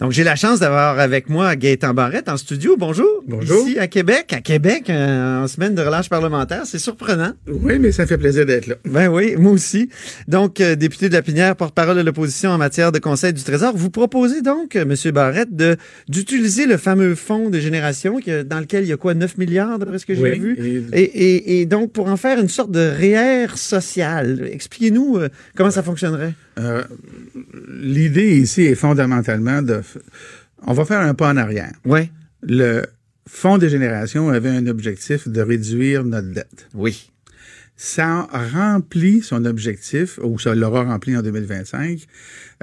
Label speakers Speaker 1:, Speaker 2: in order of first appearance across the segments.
Speaker 1: Donc, j'ai la chance d'avoir avec moi Gaëtan Barrette en studio. Bonjour.
Speaker 2: Bonjour.
Speaker 1: Ici à Québec. À Québec, euh, en semaine de relâche parlementaire. C'est surprenant.
Speaker 2: Oui, mais ça fait plaisir d'être là.
Speaker 1: Ben oui, moi aussi. Donc, euh, député de la Pinière, porte-parole de l'opposition en matière de Conseil du Trésor, vous proposez donc, euh, Monsieur Barrette, de, d'utiliser le fameux fonds de génération qui, euh, dans lequel il y a quoi, 9 milliards, d'après ce que j'ai
Speaker 2: Oui,
Speaker 1: vu?
Speaker 2: et-
Speaker 1: Et, et- et donc, pour en faire une sorte de REER social. Expliquez-nous euh, comment ça fonctionnerait.
Speaker 2: Euh, L'idée ici est fondamentalement de... f- On va faire un pas en arrière.
Speaker 1: Ouais.
Speaker 2: Le Fonds des générations avait un objectif de réduire notre dette.
Speaker 1: Oui.
Speaker 2: Ça remplit son objectif, ou ça l'aura rempli en 2025,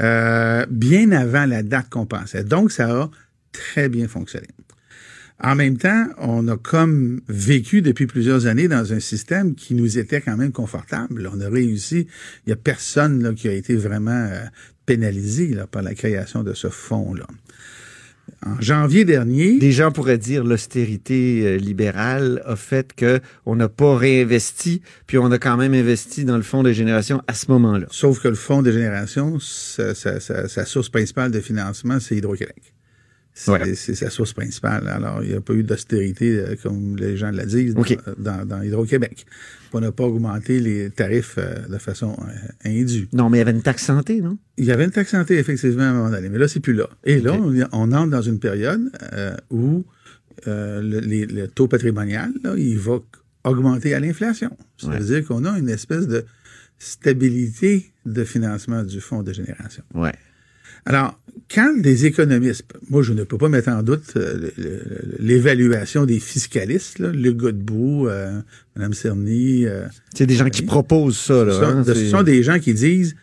Speaker 2: euh, bien avant la date qu'on pensait. Donc, ça a très bien fonctionné. En même temps, on a comme vécu depuis plusieurs années dans un système qui nous était quand même confortable. On a réussi. Il n'y a personne là, qui a été vraiment euh, pénalisé là, par la création de ce fonds-là. En janvier dernier,
Speaker 1: Des gens pourraient dire l'austérité euh, libérale a fait que on n'a pas réinvesti, puis on a quand même investi dans le fonds de génération à ce moment-là.
Speaker 2: sauf que le fonds des générations, sa, sa- sa- sa source principale de financement, c'est Hydro-Québec. C'est
Speaker 1: Ouais.
Speaker 2: c'est sa source principale. Alors, il n'y a pas eu d'austérité, euh, comme les gens le disent,
Speaker 1: OK.
Speaker 2: dans, dans- dans Hydro-Québec. On n'a pas augmenté les tarifs euh, de façon euh, indue.
Speaker 1: Non, mais il y avait une taxe santé, non?
Speaker 2: Il y avait une taxe santé, effectivement, à un moment donné, mais là, c'est plus là. Et là,
Speaker 1: OK.
Speaker 2: on, on entre dans une période euh, où euh, le, les- le taux patrimonial, là, il va augmenter à l'inflation. Ça
Speaker 1: Ouais.
Speaker 2: veut dire qu'on a une espèce de stabilité de financement du fonds de génération.
Speaker 1: Ouais.
Speaker 2: Alors, quand des économistes, moi je ne peux pas mettre en doute euh, le- le- l'évaluation des fiscalistes, là, Luc Godbout, euh, Mme Cerny, euh,
Speaker 1: C'est des gens qui proposent ça, là.
Speaker 2: ce sont,
Speaker 1: hein,
Speaker 2: de- ce
Speaker 1: c'est-
Speaker 2: sont des gens qui disent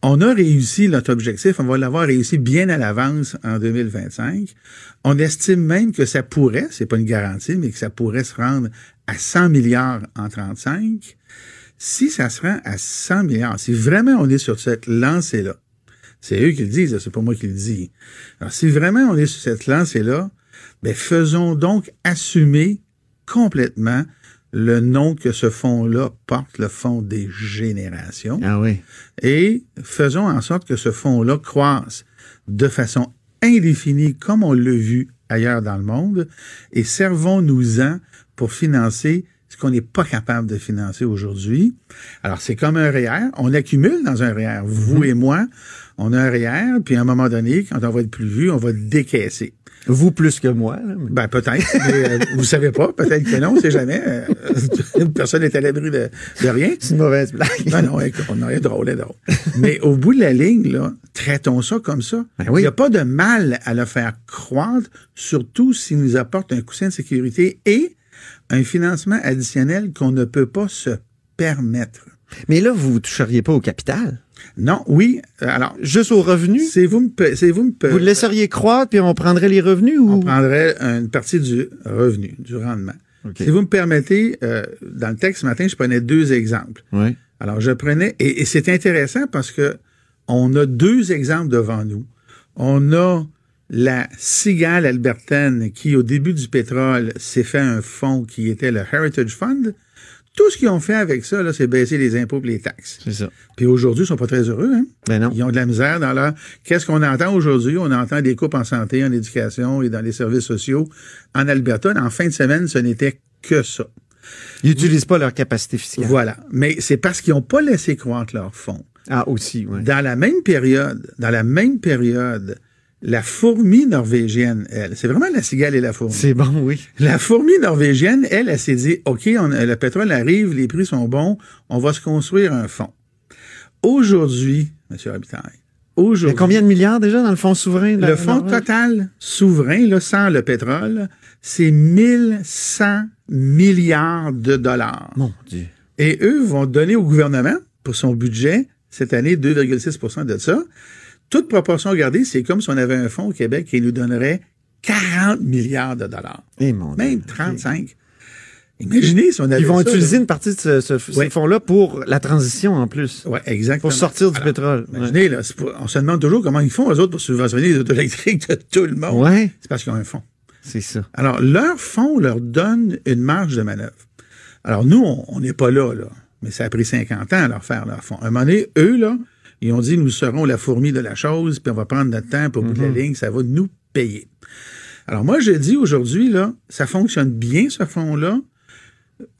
Speaker 2: on a réussi notre objectif, on va l'avoir réussi bien à l'avance en 2025. On estime même que ça pourrait, c'est pas une garantie, mais que ça pourrait se rendre à 100 milliards en 35. Si ça se rend à 100 milliards, si vraiment on est sur cette lancée-là, c'est eux qui le disent, là, c'est pas moi qui le dis. Alors, si vraiment on est sur cette lancée-là, ben, faisons donc assumer complètement le nom que ce fonds-là porte, le fonds des générations,
Speaker 1: Ah oui.
Speaker 2: et faisons en sorte que ce fonds-là croisse de façon indéfinie, comme on l'a vu ailleurs dans le monde, et servons-nous-en pour financer ce qu'on n'est pas capable de financer aujourd'hui. Alors, c'est comme un REER. On accumule dans un REER. Vous et moi, on a un REER, puis à un moment donné, quand on va être plus vieux, on va décaisser.
Speaker 1: Vous plus que moi. là, mais-
Speaker 2: Ben peut-être, mais euh, vous savez pas, peut-être que non, on sait jamais. euh, personne n'est à l'abri de, de rien.
Speaker 1: C'est une mauvaise blague.
Speaker 2: Non, non, écoute, on est drôle, elle est drôle. Mais au bout de la ligne, là, traitons ça comme ça.
Speaker 1: Ben oui.
Speaker 2: Il n'y a pas de mal à le faire croître, surtout s'il nous apporte un coussin de sécurité et un financement additionnel qu'on ne peut pas se permettre.
Speaker 1: Mais là, vous ne toucheriez pas au capital.
Speaker 2: Non, oui, euh, alors,
Speaker 1: Juste aux revenus.
Speaker 2: c'est vous me... pe- C'est vous me... pe-
Speaker 1: Vous le laisseriez croître, puis on prendrait les revenus ou...
Speaker 2: on prendrait une partie du revenu, du rendement.
Speaker 1: OK.
Speaker 2: Si vous me permettez, euh, dans le texte ce matin, je prenais deux exemples.
Speaker 1: Ouais.
Speaker 2: Alors, je prenais, et, et c'est intéressant parce que on a deux exemples devant nous. On a la cigale albertaine qui, au début du pétrole, s'est fait un fonds qui était le Heritage Fund. Tout ce qu'ils ont fait avec ça, là, c'est baisser les impôts et les taxes.
Speaker 1: C'est ça.
Speaker 2: Puis aujourd'hui, ils sont pas très heureux. Hein?
Speaker 1: Ben non.
Speaker 2: Ils ont de la misère dans leur... Qu'est-ce qu'on entend aujourd'hui? On entend des coupes en santé, en éducation et dans les services sociaux. En Alberta, en fin de semaine, ce n'était que ça.
Speaker 1: Ils n'utilisent pas leur capacité fiscale.
Speaker 2: Voilà. Mais c'est parce qu'ils n'ont pas laissé croître leur fonds.
Speaker 1: Ah, aussi, oui.
Speaker 2: Dans la même période, dans la même période, la fourmi norvégienne, elle, c'est vraiment la cigale et la fourmi.
Speaker 1: C'est bon, oui.
Speaker 2: La fourmi norvégienne, elle, elle s'est dit, OK, on- le pétrole arrive, les prix sont bons, on va se construire un fonds. Aujourd'hui, Monsieur Robitaille,
Speaker 1: Il y a
Speaker 2: aujourd'hui...
Speaker 1: combien de milliards déjà dans le fonds souverain? de la
Speaker 2: Le fonds
Speaker 1: Norvège?
Speaker 2: total souverain, là, sans le pétrole, c'est 1100 milliards de dollars.
Speaker 1: Mon Dieu.
Speaker 2: Et eux vont donner au gouvernement, pour son budget, cette année, 2,6 de ça. Toute proportion gardée, c'est comme si on avait un fonds au Québec qui nous donnerait 40 milliards de dollars,
Speaker 1: Eh, mon Dieu.
Speaker 2: même 35. Imaginez si on avait
Speaker 1: Ils vont
Speaker 2: ça,
Speaker 1: utiliser
Speaker 2: là.
Speaker 1: une partie de ce, ce- ce
Speaker 2: Ouais.
Speaker 1: fonds-là pour la transition en plus.
Speaker 2: Ouais, exactement.
Speaker 1: Pour sortir du
Speaker 2: Alors,
Speaker 1: pétrole.
Speaker 2: Imaginez, là, c'est pour- on se demande toujours comment ils font, eux autres, pour subventionner les autos électriques de tout le
Speaker 1: Ouais.
Speaker 2: monde.
Speaker 1: Ouais,
Speaker 2: C'est parce qu'ils ont un fonds.
Speaker 1: c'est ça.
Speaker 2: Alors, leur fonds leur donne une marge de manœuvre. Alors, nous, on n'est pas là, là. Mais ça a pris 50 ans à leur faire leur fonds. À un moment donné, eux, là, ils ont dit, nous serons la fourmi de la chose, puis on va prendre notre temps, pour au bout
Speaker 1: Mhm.
Speaker 2: de la ligne, ça va nous payer. Alors, moi, je dis aujourd'hui, là, ça fonctionne bien, ce fonds-là.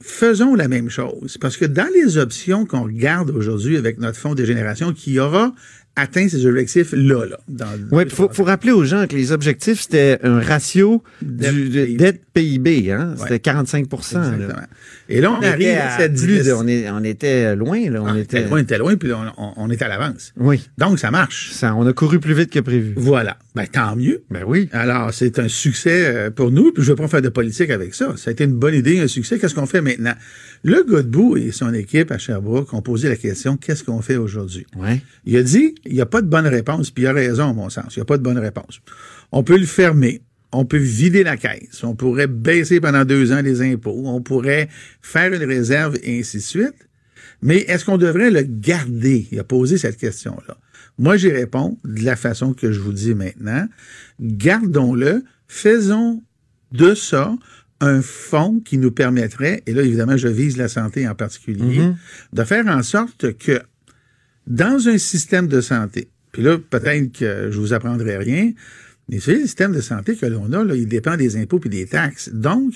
Speaker 2: Faisons la même chose. Parce que dans les options qu'on regarde aujourd'hui avec notre fonds de génération, qui aura atteint ses objectifs là, là. Dans
Speaker 1: Oui, il faut, faut rappeler aux gens que les objectifs, c'était un ratio du- de-
Speaker 2: Dette-PIB.
Speaker 1: dette-PIB. Hein? C'était
Speaker 2: Ouais.
Speaker 1: 45 là.
Speaker 2: Exactement. Et là, on,
Speaker 1: On
Speaker 2: arrive
Speaker 1: était
Speaker 2: à
Speaker 1: à
Speaker 2: cette
Speaker 1: plus de-
Speaker 2: dynastie-
Speaker 1: on, est- on était loin, là. On
Speaker 2: Ah,
Speaker 1: était,
Speaker 2: loin, on était loin, puis on, on- on est à l'avance.
Speaker 1: Oui.
Speaker 2: Donc, ça marche.
Speaker 1: Ça, on a couru plus vite que prévu.
Speaker 2: Voilà. Ben, tant mieux.
Speaker 1: Ben oui.
Speaker 2: Alors, c'est un succès euh, pour nous, puis je ne veux pas faire de politique avec ça. Ça a été une bonne idée, un succès. Qu'est-ce qu'on fait maintenant? Le Godbout et son équipe à Sherbrooke ont posé la question, qu'est-ce qu'on fait aujourd'hui?
Speaker 1: Ouais.
Speaker 2: Il a dit, il n'y a pas de bonne réponse, puis il a raison, à mon sens. Il n'y a pas de bonne réponse. On peut le fermer. On peut vider la caisse. On pourrait baisser pendant deux ans les impôts. On pourrait faire une réserve et ainsi de suite. Mais est-ce qu'on devrait le garder? Il a posé cette question-là. Moi, j'y réponds de la façon que je vous dis maintenant. Gardons-le. Faisons de ça un fonds qui nous permettrait, et là, évidemment, je vise la santé en particulier, de faire en sorte que dans un système de santé, puis là, peut-être que je vous apprendrai rien, mais vous savez, le système de santé que l'on a, là, il dépend des impôts et des taxes. Donc,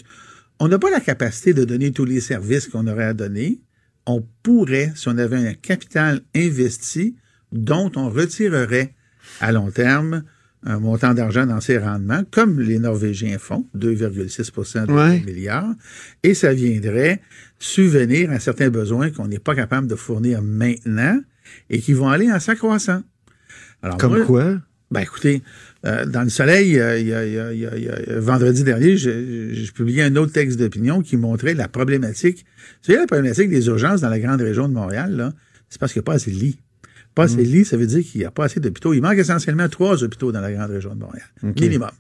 Speaker 2: on n'a pas la capacité de donner tous les services qu'on aurait à donner. On pourrait, si on avait un capital investi, dont on retirerait à long terme un montant d'argent dans ses rendements, comme les Norvégiens font, 2,6 de
Speaker 1: Ouais.
Speaker 2: milliards, et ça viendrait subvenir à certains besoins qu'on n'est pas capable de fournir maintenant et qui vont aller en s'accroissant. Alors,
Speaker 1: Comme
Speaker 2: moi,
Speaker 1: quoi?
Speaker 2: ben écoutez, euh, dans le soleil, euh, il y a- il y a- il y a- il y a- euh, vendredi dernier, je, je- je publiais un autre texte d'opinion qui montrait la problématique. Vous savez, la problématique des urgences dans la grande région de Montréal, là, c'est parce qu'il n'y a pas assez de lits. Pas
Speaker 1: Mm.
Speaker 2: assez de lits, ça veut dire qu'il n'y a pas assez d'hôpitaux. Il manque essentiellement trois hôpitaux dans la grande région de Montréal, minimum.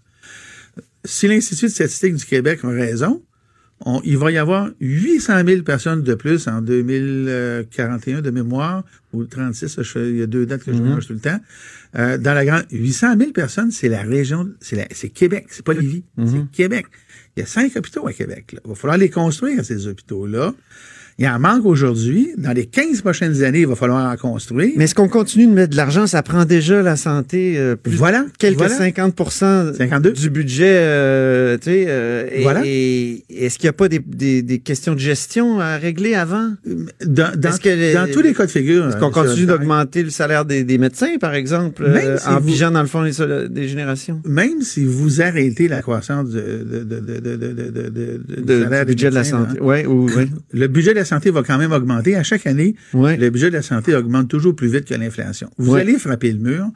Speaker 2: Si l'Institut de statistique du Québec a raison, on- il va y avoir 800 000 personnes de plus en 2041 de mémoire, ou 36, je- il y a deux dates que je
Speaker 1: Mhm.
Speaker 2: mélange tout le temps. Euh, dans la grande, 800 000 personnes, c'est la région, c'est la- c'est Québec, c'est pas Lévis,
Speaker 1: Mhm.
Speaker 2: c'est Québec. Il y a cinq hôpitaux à Québec. là. Il va falloir les construire, ces hôpitaux-là. Il en manque aujourd'hui. Dans les 15 prochaines années, il va falloir en construire.
Speaker 1: Mais est-ce qu'on continue de mettre de l'argent? Ça prend déjà la santé euh, plus
Speaker 2: Voilà,
Speaker 1: quelques
Speaker 2: voilà.
Speaker 1: 50
Speaker 2: 52.
Speaker 1: du budget. euh, tu sais, euh, et,
Speaker 2: Voilà.
Speaker 1: et est-ce qu'il n'y a pas des, des- des questions de gestion à régler avant?
Speaker 2: Dans, dans-
Speaker 1: Est-ce que les-
Speaker 2: dans tous les cas de figure.
Speaker 1: Est-ce qu'on
Speaker 2: euh, monsieur
Speaker 1: continue
Speaker 2: Armstrong,
Speaker 1: d'augmenter le salaire des, des médecins, par exemple,
Speaker 2: Même
Speaker 1: euh,
Speaker 2: si
Speaker 1: en
Speaker 2: vous-
Speaker 1: pigeant dans le fond des, sol- des générations?
Speaker 2: même si vous arrêtez la croissance de, de, de, de, de, de, de- de- du
Speaker 1: De,
Speaker 2: salaire
Speaker 1: du
Speaker 2: des
Speaker 1: budget de la
Speaker 2: médecins, hein. là,
Speaker 1: santé. Oui, oui, oui.
Speaker 2: le budget de la santé va quand même augmenter. À chaque année,
Speaker 1: Ouais.
Speaker 2: le budget de la santé augmente toujours plus vite que l'inflation. Vous
Speaker 1: Ouais.
Speaker 2: allez frapper le mur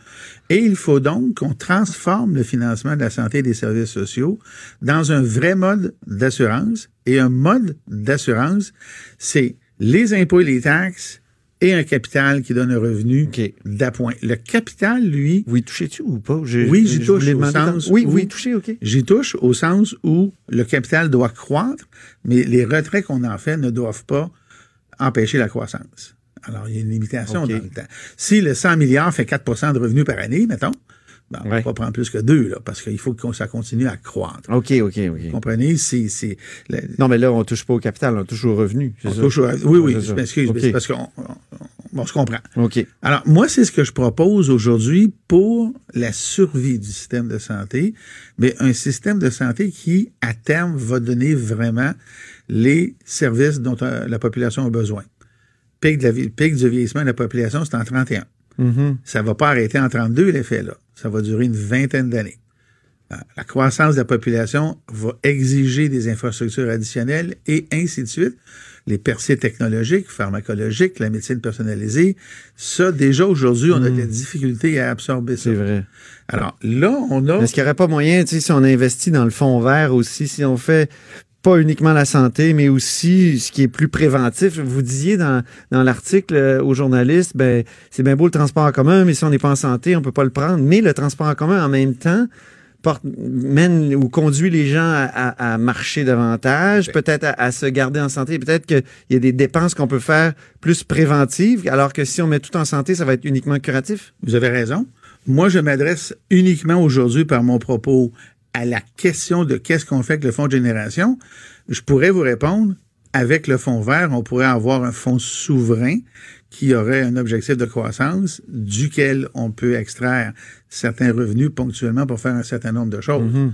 Speaker 2: et il faut donc qu'on transforme le financement de la santé et des services sociaux dans un vrai mode d'assurance. Et un mode d'assurance, c'est les impôts et les taxes et un capital qui donne un revenu
Speaker 1: OK.
Speaker 2: d'appoint. Le capital, lui,
Speaker 1: Oui, touchez-tu ou pas? J'ai-
Speaker 2: Oui, j'y
Speaker 1: je
Speaker 2: touche
Speaker 1: voulais
Speaker 2: au
Speaker 1: demander
Speaker 2: sens
Speaker 1: dans- Oui,
Speaker 2: où-
Speaker 1: oui, touché, OK.
Speaker 2: J'y touche au sens où le capital doit croître, mais les retraits qu'on en fait ne doivent pas empêcher la croissance. Alors, il y a une limitation
Speaker 1: OK.
Speaker 2: dans le temps. Si le 100 milliards fait 4 de revenus par année, mettons, ben, on
Speaker 1: Ouais.
Speaker 2: va pas prendre plus que deux, là, parce qu'il faut que ça continue à croître.
Speaker 1: OK, OK,
Speaker 2: Vous
Speaker 1: OK.
Speaker 2: comprenez? C'est, c'est, le-
Speaker 1: Non, mais là, on touche pas au capital, on touche au revenu.
Speaker 2: on touche au- oui, oui, je m'excuse, mais c'est
Speaker 1: parce
Speaker 2: parce qu'on on- on- on se comprend.
Speaker 1: OK.
Speaker 2: Alors, moi, c'est ce que je propose aujourd'hui pour la survie du système de santé, mais un système de santé qui, à terme, va donner vraiment les services dont euh, la population a besoin. Pic, de la vie- pic du vieillissement de la population, c'est en 31.
Speaker 1: Hmm.
Speaker 2: Ça va pas arrêter en 32, l'effet là. Ça va durer une vingtaine d'années. Ah, La croissance de la population va exiger des infrastructures additionnelles et ainsi de suite. Les percées technologiques, pharmacologiques, la médecine personnalisée, ça, déjà aujourd'hui, on a de la difficulté à absorber ça.
Speaker 1: Hmm. C'est vrai.
Speaker 2: Alors là, on a...
Speaker 1: Est-ce qu'il n'y aurait pas moyen, tu sais, si on investit dans le fonds vert aussi, si on fait pas uniquement la santé, mais aussi ce qui est plus préventif. Vous disiez dans, dans l'article euh, aux journalistes, ben, c'est bien beau le transport en commun, mais si on n'est pas en santé, on peut pas le prendre. Mais le transport en commun, en même temps, porte, mène ou conduit les gens à, à- à marcher davantage, peut-être à, à se garder en santé. Peut-être qu'il y a des dépenses qu'on peut faire plus préventives, alors que si on met tout en santé, ça va être uniquement curatif.
Speaker 2: Vous avez raison. Moi, je m'adresse uniquement aujourd'hui par mon propos à la question de qu'est-ce qu'on fait avec le fonds de génération. Je pourrais vous répondre avec le fonds vert, on pourrait avoir un fonds souverain qui aurait un objectif de croissance duquel on peut extraire certains revenus ponctuellement pour faire un certain nombre de choses. Mm -hmm.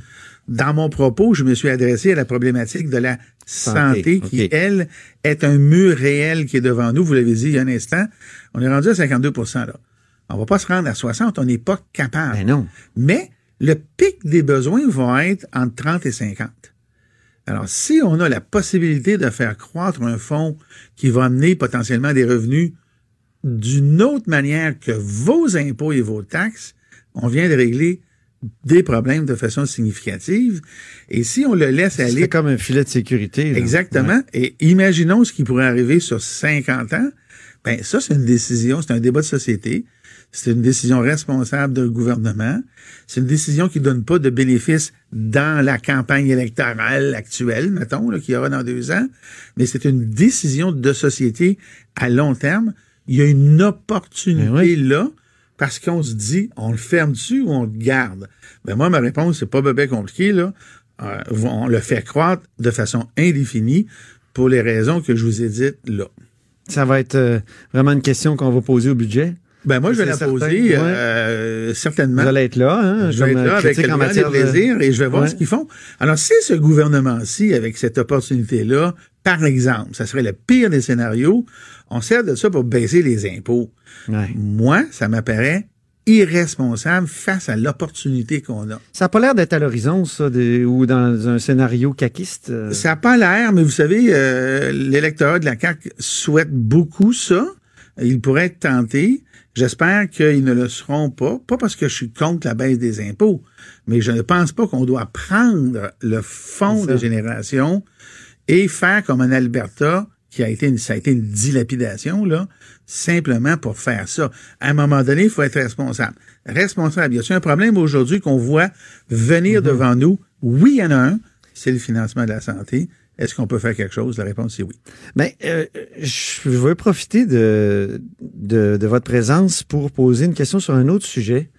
Speaker 2: Dans mon propos, je me suis adressé à la problématique de la santé, santé qui, okay. elle, est un mur réel qui est devant nous. Vous l'avez dit il y a un instant. On est rendu à 52 là. On va pas se rendre à 60, on n'est pas capable.
Speaker 1: Ben non.
Speaker 2: Mais le pic des besoins va être entre 30 et 50. Alors, si on a la possibilité de faire croître un fonds qui va amener potentiellement des revenus d'une autre manière que vos impôts et vos taxes, on vient de régler des problèmes de façon significative. Et si on le laisse aller... C'est
Speaker 1: comme un filet de sécurité. Là.
Speaker 2: Ben, Exactement. Ouais. Et imaginons ce qui pourrait arriver sur 50 ans. Ben, ça, c'est une décision, c'est un débat de société. C'est une décision responsable d'un gouvernement. C'est une décision qui ne donne pas de bénéfices dans la campagne électorale actuelle, mettons, qu'il y aura dans deux ans, mais c'est une décision de société à long terme. Il y a une opportunité oui. là parce qu'on se dit, on le ferme dessus ou on le garde. Ben moi, ma réponse, c'est pas bébé compliqué, là. Euh, on le fait croître de façon indéfinie pour les raisons que je vous ai dites là.
Speaker 1: Ça va être euh, vraiment une question qu'on va poser au budget.
Speaker 2: Ben moi, je vais la certain, poser euh, ouais. certainement.
Speaker 1: Vous allez être là, hein,
Speaker 2: je vais être là avec en matière de plaisir et je vais voir ouais. ce qu'ils font. Alors, si ce gouvernement-ci, avec cette opportunité-là, par exemple, ça serait le pire des scénarios, on sert de ça pour baisser les impôts. Ouais. Moi, ça m'apparaît irresponsable face à l'opportunité qu'on a.
Speaker 1: Ça n'a pas l'air d'être à l'horizon, ça, de, ou dans un scénario caquiste. Euh.
Speaker 2: Ça n'a pas l'air, mais vous savez, euh, l'électorat de la CAQ souhaite beaucoup ça. Il pourrait être tenté. J'espère qu'ils ne le seront pas, pas parce que je suis contre la baisse des impôts, mais je ne pense pas qu'on doit prendre le fonds de génération et faire comme en Alberta, qui a été une, ça a été une dilapidation, là, simplement pour faire ça. À un moment donné, il faut être responsable. Responsable. Il y a un problème aujourd'hui qu'on voit venir mm -hmm. devant nous. Oui, il y en a un, c'est le financement de la santé. Est-ce qu'on peut faire quelque chose? La réponse est oui.
Speaker 1: Mais euh, je veux profiter de, de, de, votre présence pour poser une question sur un autre sujet.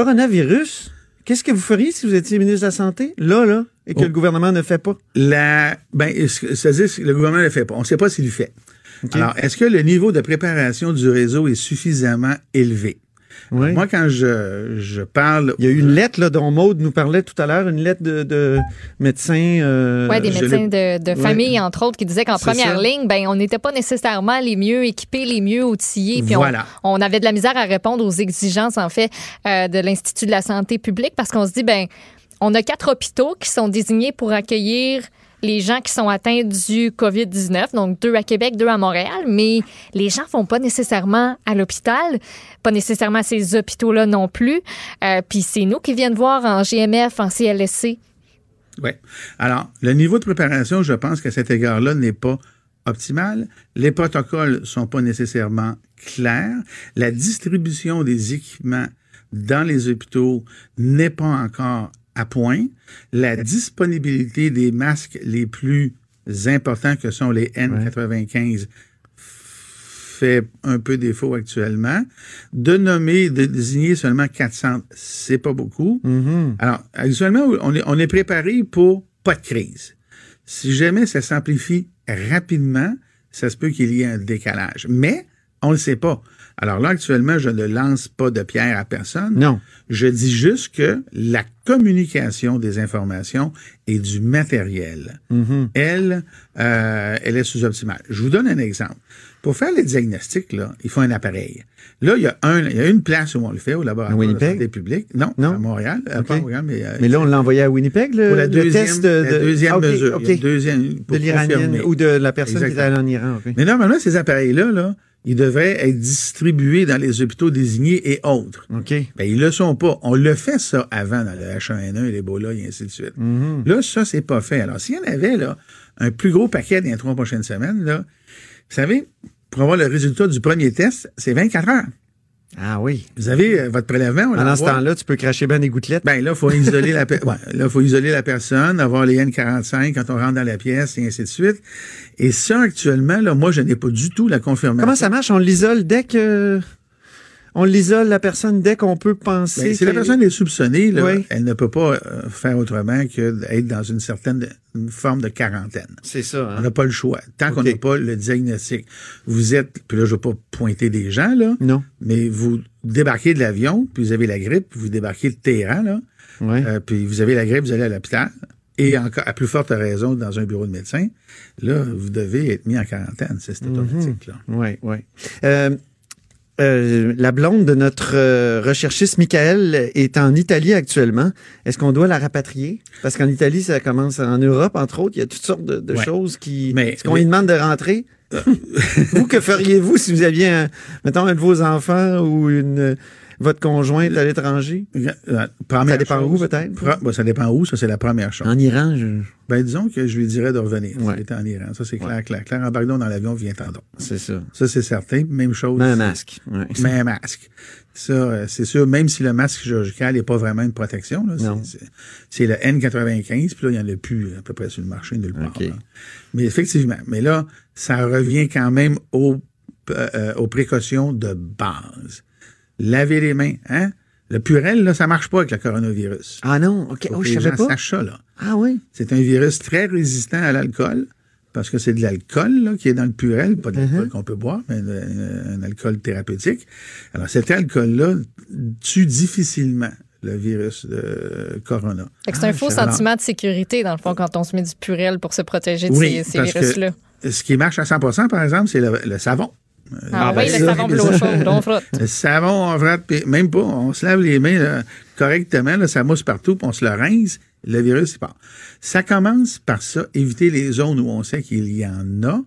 Speaker 1: Coronavirus, qu'est-ce que vous feriez si vous étiez ministre de la Santé, là, là, et que oh. le gouvernement ne fait pas?
Speaker 2: La, ben, c'est-à-dire que le gouvernement ne le fait pas. On ne sait pas s'il le fait. Okay. Alors, est-ce que le niveau de préparation du réseau est suffisamment élevé? Oui. Moi, quand je, je, parle.
Speaker 1: Il y a eu une lettre là, dont Maude nous parlait tout à l'heure, une lettre de, de médecins.
Speaker 3: Euh, oui, des médecins de, de, famille, ouais. entre autres, qui disaient qu'en première ça. ligne, ben, on n'était pas nécessairement les mieux équipés, les mieux outillés. Puis voilà. on, on, avait de la misère à répondre aux exigences, en fait, euh, de l'Institut de la santé publique parce qu'on se dit, ben, on a quatre hôpitaux qui sont désignés pour accueillir les gens qui sont atteints du COVID-19, donc deux à Québec, deux à Montréal, mais les gens vont pas nécessairement à l'hôpital, pas nécessairement à ces hôpitaux-là non plus. Euh, Puis c'est nous qui viennent voir en GMF, en CLSC.
Speaker 2: Oui. Alors, le niveau de préparation, je pense qu'à cet égard-là, n'est pas optimal. Les protocoles sont pas nécessairement clairs. La distribution des équipements dans les hôpitaux n'est pas encore à point. La disponibilité des masques les plus importants que sont les N95 ouais. fait un peu défaut actuellement. De nommer, de désigner seulement 400, c'est pas beaucoup. Mm -hmm. Alors, actuellement, on est, on est préparé pour pas de crise. Si jamais ça s'amplifie rapidement, ça se peut qu'il y ait un décalage. Mais, on ne le sait pas. Alors là, actuellement, je ne lance pas de pierre à personne.
Speaker 1: Non.
Speaker 2: Je dis juste que la communication des informations et du matériel, mm
Speaker 1: Mm-hmm.
Speaker 2: -hmm. elle, euh, elle est sous-optimale. Je vous donne un exemple. Pour faire les diagnostics, là, il faut un appareil. Là, il y a, un, il y a une place où on le fait, au laboratoire
Speaker 1: Winnipeg?
Speaker 2: de santé publique. Non, non, à Montréal.
Speaker 1: Okay. Pas à Montréal mais, euh, mais, là, on l'a envoyé à Winnipeg, Euh, le,
Speaker 2: pour la deuxième,
Speaker 1: le test de...
Speaker 2: La deuxième
Speaker 1: ah, okay,
Speaker 2: mesure.
Speaker 1: Okay.
Speaker 2: Il y a deuxième,
Speaker 1: pour de l'iranienne ou de la personne Exactement. qui est allée en Iran.
Speaker 2: Mais normalement, ces appareils-là, là, là ils devraient être distribués dans les hôpitaux désignés et autres.
Speaker 1: OK. Ben,
Speaker 2: ils le sont pas. On le fait, ça, avant, dans le H1N1, l'Ebola et ainsi de suite. Mm
Speaker 1: Mm-hmm.
Speaker 2: -hmm. Là, ça, c'est pas fait. Alors, s'il y en avait, là, un plus gros paquet dans les trois prochaines semaines, là, vous savez, pour avoir le résultat du premier test, c'est 24 heures.
Speaker 1: Ah oui.
Speaker 2: Vous avez euh, votre prélèvement. On
Speaker 1: Pendant ce temps-là, tu peux cracher bien des gouttelettes.
Speaker 2: Ben là, faut isoler la ouais, là, faut isoler la personne, avoir les N45 quand on rentre dans la pièce et ainsi de suite. Et ben, ça, actuellement, là, moi, je n'ai pas du tout la confirmation.
Speaker 1: Comment ça marche On l'isole dès que on l'isole la personne dès qu'on peut penser.
Speaker 2: Ben, si
Speaker 1: qu'elle-
Speaker 2: la personne est soupçonnée, là,
Speaker 1: Oui.
Speaker 2: elle ne peut pas euh, faire autrement que d'être dans une certaine une forme de quarantaine.
Speaker 1: C'est ça. hein.
Speaker 2: On n'a pas le choix. Tant qu'on
Speaker 1: OK.
Speaker 2: n'a pas le diagnostic. Vous êtes, puis là, je ne veux pas pointer des gens, là,
Speaker 1: Non.
Speaker 2: mais vous débarquez de l'avion, puis vous avez la grippe, puis vous débarquez de Téhéran, là,
Speaker 1: Ouais.
Speaker 2: euh, puis vous avez la grippe, vous allez à l'hôpital, et encore, à plus forte raison, dans un bureau de médecin, là, vous devez être mis en quarantaine. Ça,
Speaker 1: Mhm.
Speaker 2: C'est automatique, là.
Speaker 1: Oui, oui. Euh, euh, la blonde de notre euh, recherchiste Michael est en Italie actuellement. Est-ce qu'on doit la rapatrier? Parce qu'en Italie, ça commence en Europe, entre autres. Il y a toutes sortes de, de
Speaker 2: Ouais.
Speaker 1: choses qui.
Speaker 2: Mais- Euh.
Speaker 1: Est-ce qu'on lui demande de rentrer? vous, que feriez-vous si vous aviez, un, mettons, un de vos enfants ou une votre conjointe à l'étranger?
Speaker 2: Euh, première
Speaker 1: Ça dépend
Speaker 2: chose.
Speaker 1: où, peut-être?
Speaker 2: Pre- ben, ça dépend où, ça, c'est la première chose.
Speaker 1: En Iran, je-
Speaker 2: Ben, disons que je lui dirais de revenir.
Speaker 1: Ouais.
Speaker 2: Il était en Iran. Ça, c'est clair, clair, clair. Embarque donc dans l'avion, viens t'en donc.
Speaker 1: c'est ça.
Speaker 2: Ça, c'est certain. Même chose.
Speaker 1: Mets un masque. ouais.
Speaker 2: Mais un masque. Ça, euh, c'est sûr, même si le masque chirurgical n'est pas vraiment une protection, là, c'est-
Speaker 1: Non.
Speaker 2: c'est- c'est le N95, puis là, il n'y en a plus euh, à peu près sur le marché nulle part.
Speaker 1: OK.
Speaker 2: là. Mais effectivement, mais là, ça revient quand même aux, euh, euh, aux précautions de base. Laver les mains, hein? Le purel, là, ça marche pas avec le coronavirus.
Speaker 1: Ah non, OK.
Speaker 2: Faut
Speaker 1: Oh,
Speaker 2: que
Speaker 1: je
Speaker 2: les
Speaker 1: savais
Speaker 2: gens
Speaker 1: pas.
Speaker 2: sachent ça, là.
Speaker 1: Ah oui.
Speaker 2: C'est un virus très résistant à l'alcool, parce que c'est de l'alcool là, qui est dans le purel, pas de l'alcool qu'on peut boire, mais euh, un alcool thérapeutique. Alors, cet alcool-là tue difficilement le virus de corona.
Speaker 3: Fait que c'est un faux
Speaker 2: Alors-
Speaker 3: sentiment de sécurité, dans le fond, quand on se met du purel pour se protéger de
Speaker 2: Oui,
Speaker 3: ces, ces
Speaker 2: parce que
Speaker 3: virus-là.
Speaker 2: ce qui marche à 100 par exemple, c'est le, le savon.
Speaker 3: Ah,
Speaker 2: ben
Speaker 3: oui,
Speaker 2: ça,
Speaker 3: le savon
Speaker 2: le
Speaker 3: de l'eau
Speaker 2: savon.
Speaker 3: chaude, on frotte.
Speaker 2: Le savon, on frappe, puis même pas, on se lave les mains là, correctement, là, ça mousse partout, puis on se le rince, le virus, il part. Ça commence par ça, éviter les zones où on sait qu'il y en a.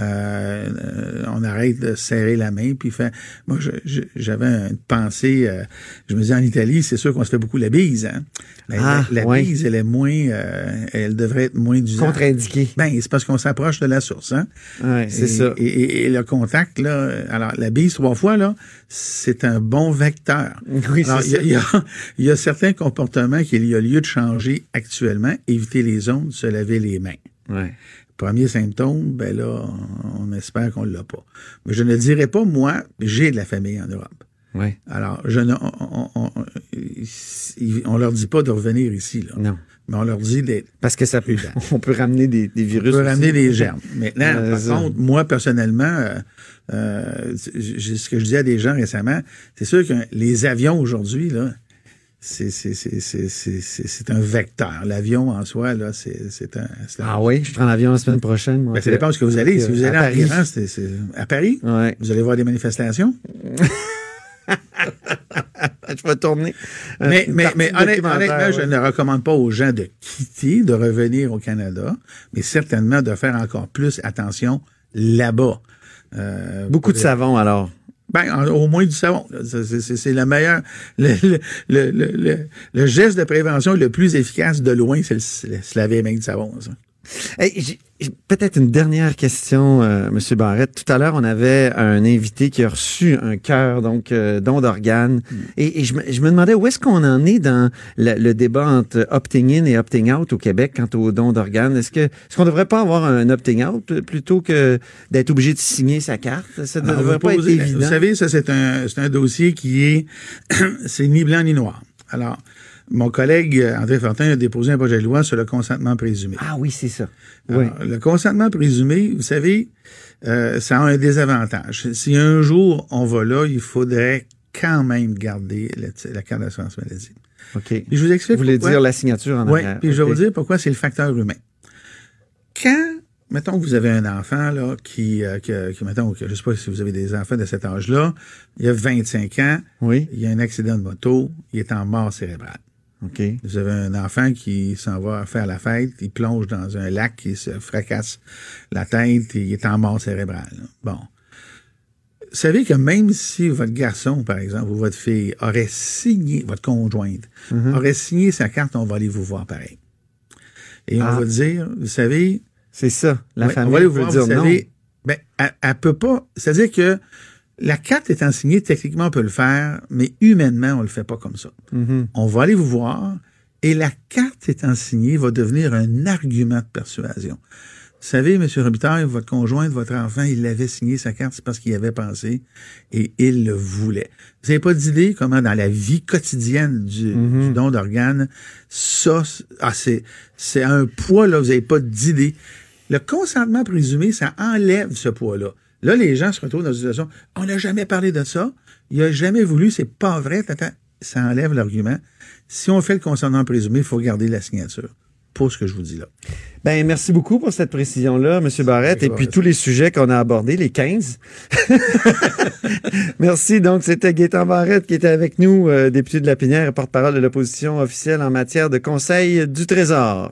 Speaker 2: Euh, euh, on arrête de serrer la main, puis faire... Moi, je- je- j'avais une pensée, euh, je me disais, en Italie, c'est sûr qu'on se fait beaucoup la bise. Hein? Mais
Speaker 1: Ah,
Speaker 2: la la
Speaker 1: ouais.
Speaker 2: bise, elle est moins... euh, elle devrait être moins du
Speaker 1: Contre-indiqué.
Speaker 2: ben, c'est parce qu'on s'approche de la source, hein?
Speaker 1: Ouais, c'est
Speaker 2: Et-
Speaker 1: ça.
Speaker 2: Et, et- et le contact, là, euh, alors la bise trois fois, là, c'est un bon vecteur.
Speaker 1: Oui, c'est
Speaker 2: Alors, il y a-
Speaker 1: ça.
Speaker 2: il y, a, il y a certains comportements qu'il y a lieu de changer actuellement. Éviter les ondes, se laver les mains.
Speaker 1: Ouais.
Speaker 2: Premier symptôme, ben là, on espère qu'on l'a pas. Mais je ne dirais pas, moi, j'ai de la famille en Europe.
Speaker 1: Ouais.
Speaker 2: Alors, je ne, on, on, on- ils- on leur dit pas de revenir ici, là.
Speaker 1: Non.
Speaker 2: Mais on leur dit d'être
Speaker 1: Parce que ça peut. On peut ramener des, des virus.
Speaker 2: peut
Speaker 1: aussi.
Speaker 2: ramener des germes. Maintenant,
Speaker 1: Euh,
Speaker 2: par
Speaker 1: ça.
Speaker 2: contre, moi, personnellement, euh, euh, j'ai- ce que je dis à des gens récemment, c'est sûr que les avions aujourd'hui, là, c'est c'est- c'est- c'est- c'est- c'est- c'est un vecteur. L'avion en soi, là, c'est c'est un. c'est un-
Speaker 1: Ah oui, je prends l'avion la semaine prochaine. Moi,
Speaker 2: Ben, ça dépend où est-ce que vous allez. Si vous allez
Speaker 1: à
Speaker 2: en
Speaker 1: Paris.
Speaker 2: Iran, c'est- c'est- à Paris,
Speaker 1: Ouais.
Speaker 2: vous allez voir des manifestations.
Speaker 1: Ben, Je vais tourner. euh,
Speaker 2: mais,
Speaker 1: une
Speaker 2: mais,
Speaker 1: partie
Speaker 2: mais
Speaker 1: de
Speaker 2: honnêt-
Speaker 1: documentaire,
Speaker 2: honnêtement, je
Speaker 1: ouais.
Speaker 2: ne recommande pas aux gens de quitter, de revenir au Canada, mais certainement de faire encore plus attention là-bas. Euh,
Speaker 1: Beaucoup de savon alors.
Speaker 2: Ben, en- au moins du savon. là. C'est- c'est- C'est c'est la meilleure. Le, le- le- le- le- le geste de prévention le plus efficace de loin, c'est le- c'est le- se laver les mains du savon. ça.
Speaker 1: Hey, j'ai- j'ai Peut-être une dernière question, euh, Monsieur Barrette. Tout à l'heure, on avait un invité qui a reçu un cœur, donc euh, don d'organes.
Speaker 2: Mm.
Speaker 1: Et, et je, me- je me demandais où est-ce qu'on en est dans la- le débat entre opting in et opting out au Québec quant au don d'organes. Est-ce que est-ce qu'on devrait pas avoir un opting out euh, plutôt que d'être obligé de signer sa carte Ça ne
Speaker 2: Alors,
Speaker 1: devrait
Speaker 2: Ah, vous
Speaker 1: pas être
Speaker 2: posez-
Speaker 1: évident.
Speaker 2: Vous savez, ça, c'est un, c'est un dossier qui est, c'est ni blanc ni noir. Alors, mon collègue euh, André Fortin a déposé un projet de loi sur le consentement présumé.
Speaker 1: Ah oui, c'est ça. Oui.
Speaker 2: Alors, Le consentement présumé, vous savez, euh, ça a un désavantage. Si un jour on va là, il faudrait quand même garder la, la carte d'assurance maladie.
Speaker 1: OK.
Speaker 2: Puis je vous
Speaker 1: Vous
Speaker 2: explique
Speaker 1: voulez
Speaker 2: pourquoi.
Speaker 1: dire la signature en
Speaker 2: Oui,
Speaker 1: arrière.
Speaker 2: puis je vais
Speaker 1: OK.
Speaker 2: vous dire pourquoi c'est le facteur humain. Quand, mettons que vous avez un enfant, là, qui, euh, que- qui, mettons, que, je sais pas si vous avez des enfants de cet âge-là, il a 25 ans,
Speaker 1: Oui.
Speaker 2: il y a un accident de moto, il est en mort cérébrale.
Speaker 1: OK.
Speaker 2: Vous avez un enfant qui s'en va faire la fête, il plonge dans un lac, il se fracasse la tête, il est en mort cérébrale. là. Bon. Vous savez que même si votre garçon, par exemple, ou votre fille aurait signé, votre conjointe, aurait signé sa carte, on va aller vous voir pareil. Et on
Speaker 1: Ah.
Speaker 2: va dire, vous savez,
Speaker 1: C'est ça. La
Speaker 2: ouais, on
Speaker 1: famille
Speaker 2: va aller
Speaker 1: veut
Speaker 2: voir,
Speaker 1: dire
Speaker 2: vous
Speaker 1: non.
Speaker 2: savez, ben, elle, elle peut pas. C'est-à-dire que la carte étant signée, techniquement, on peut le faire, mais humainement, on le fait pas comme ça.
Speaker 1: Mhm.
Speaker 2: On va aller vous voir et la carte étant signée va devenir un argument de persuasion. savez, M. Robitaille, votre conjointe, votre enfant, il avait signé sa carte, c'est parce qu'il y avait pensé et il le voulait. Vous n'avez pas d'idée comment dans la vie quotidienne du,
Speaker 1: Mhm.
Speaker 2: du don d'organes, ça, c'est- ah, c'est, c'est un poids, là, vous n'avez pas d'idée. Le consentement présumé, ça enlève ce poids-là. Là, les gens se retrouvent dans une situation, on n'a jamais parlé de ça, il n'a jamais voulu, c'est pas vrai, tata. ça enlève l'argument. Si on fait le consentement présumé, il faut garder la signature. Pour ce que je vous dis là.
Speaker 1: Ben, merci beaucoup pour cette précision-là, M. Barrette, et puis tous les sujets qu'on a abordés, les 15. merci. Donc, c'était Gaétan Barrette qui était avec nous, euh, député de la Pinière et porte-parole de l'opposition officielle en matière de Conseil du Trésor.